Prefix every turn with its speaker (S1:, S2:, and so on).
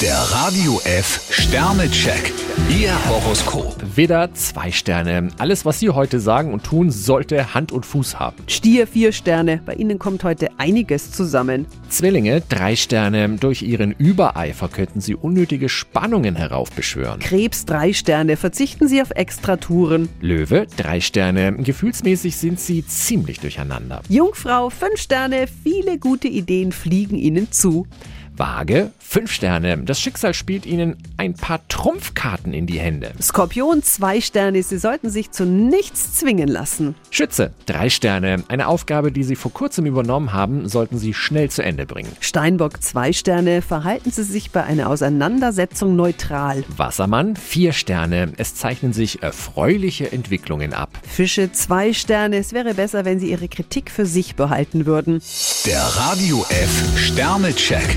S1: Der Radio F Sternecheck. Ihr Horoskop.
S2: Widder, zwei Sterne. Alles, was Sie heute sagen und tun, sollte Hand und Fuß haben.
S3: Stier vier Sterne, bei Ihnen kommt heute einiges zusammen.
S2: Zwillinge, drei Sterne. Durch Ihren Übereifer könnten Sie unnötige Spannungen heraufbeschwören.
S3: Krebs drei Sterne, verzichten Sie auf Extratouren.
S2: Löwe, drei Sterne. Gefühlsmäßig sind Sie ziemlich durcheinander.
S3: Jungfrau fünf Sterne, viele gute Ideen fliegen Ihnen zu.
S2: Waage, fünf Sterne. Das Schicksal spielt Ihnen ein paar Trumpfkarten in die Hände.
S3: Skorpion zwei Sterne, Sie sollten sich zu nichts zwingen lassen.
S2: Schütze, drei Sterne. Eine Aufgabe, die Sie vor kurzem übernommen haben, sollten Sie schnell zu Ende bringen.
S3: Steinbock zwei Sterne, verhalten Sie sich bei einer Auseinandersetzung neutral.
S2: Wassermann, vier Sterne. Es zeichnen sich erfreuliche Entwicklungen ab.
S3: Fische zwei Sterne, es wäre besser, wenn Sie Ihre Kritik für sich behalten würden.
S1: Der Radio F Sternecheck.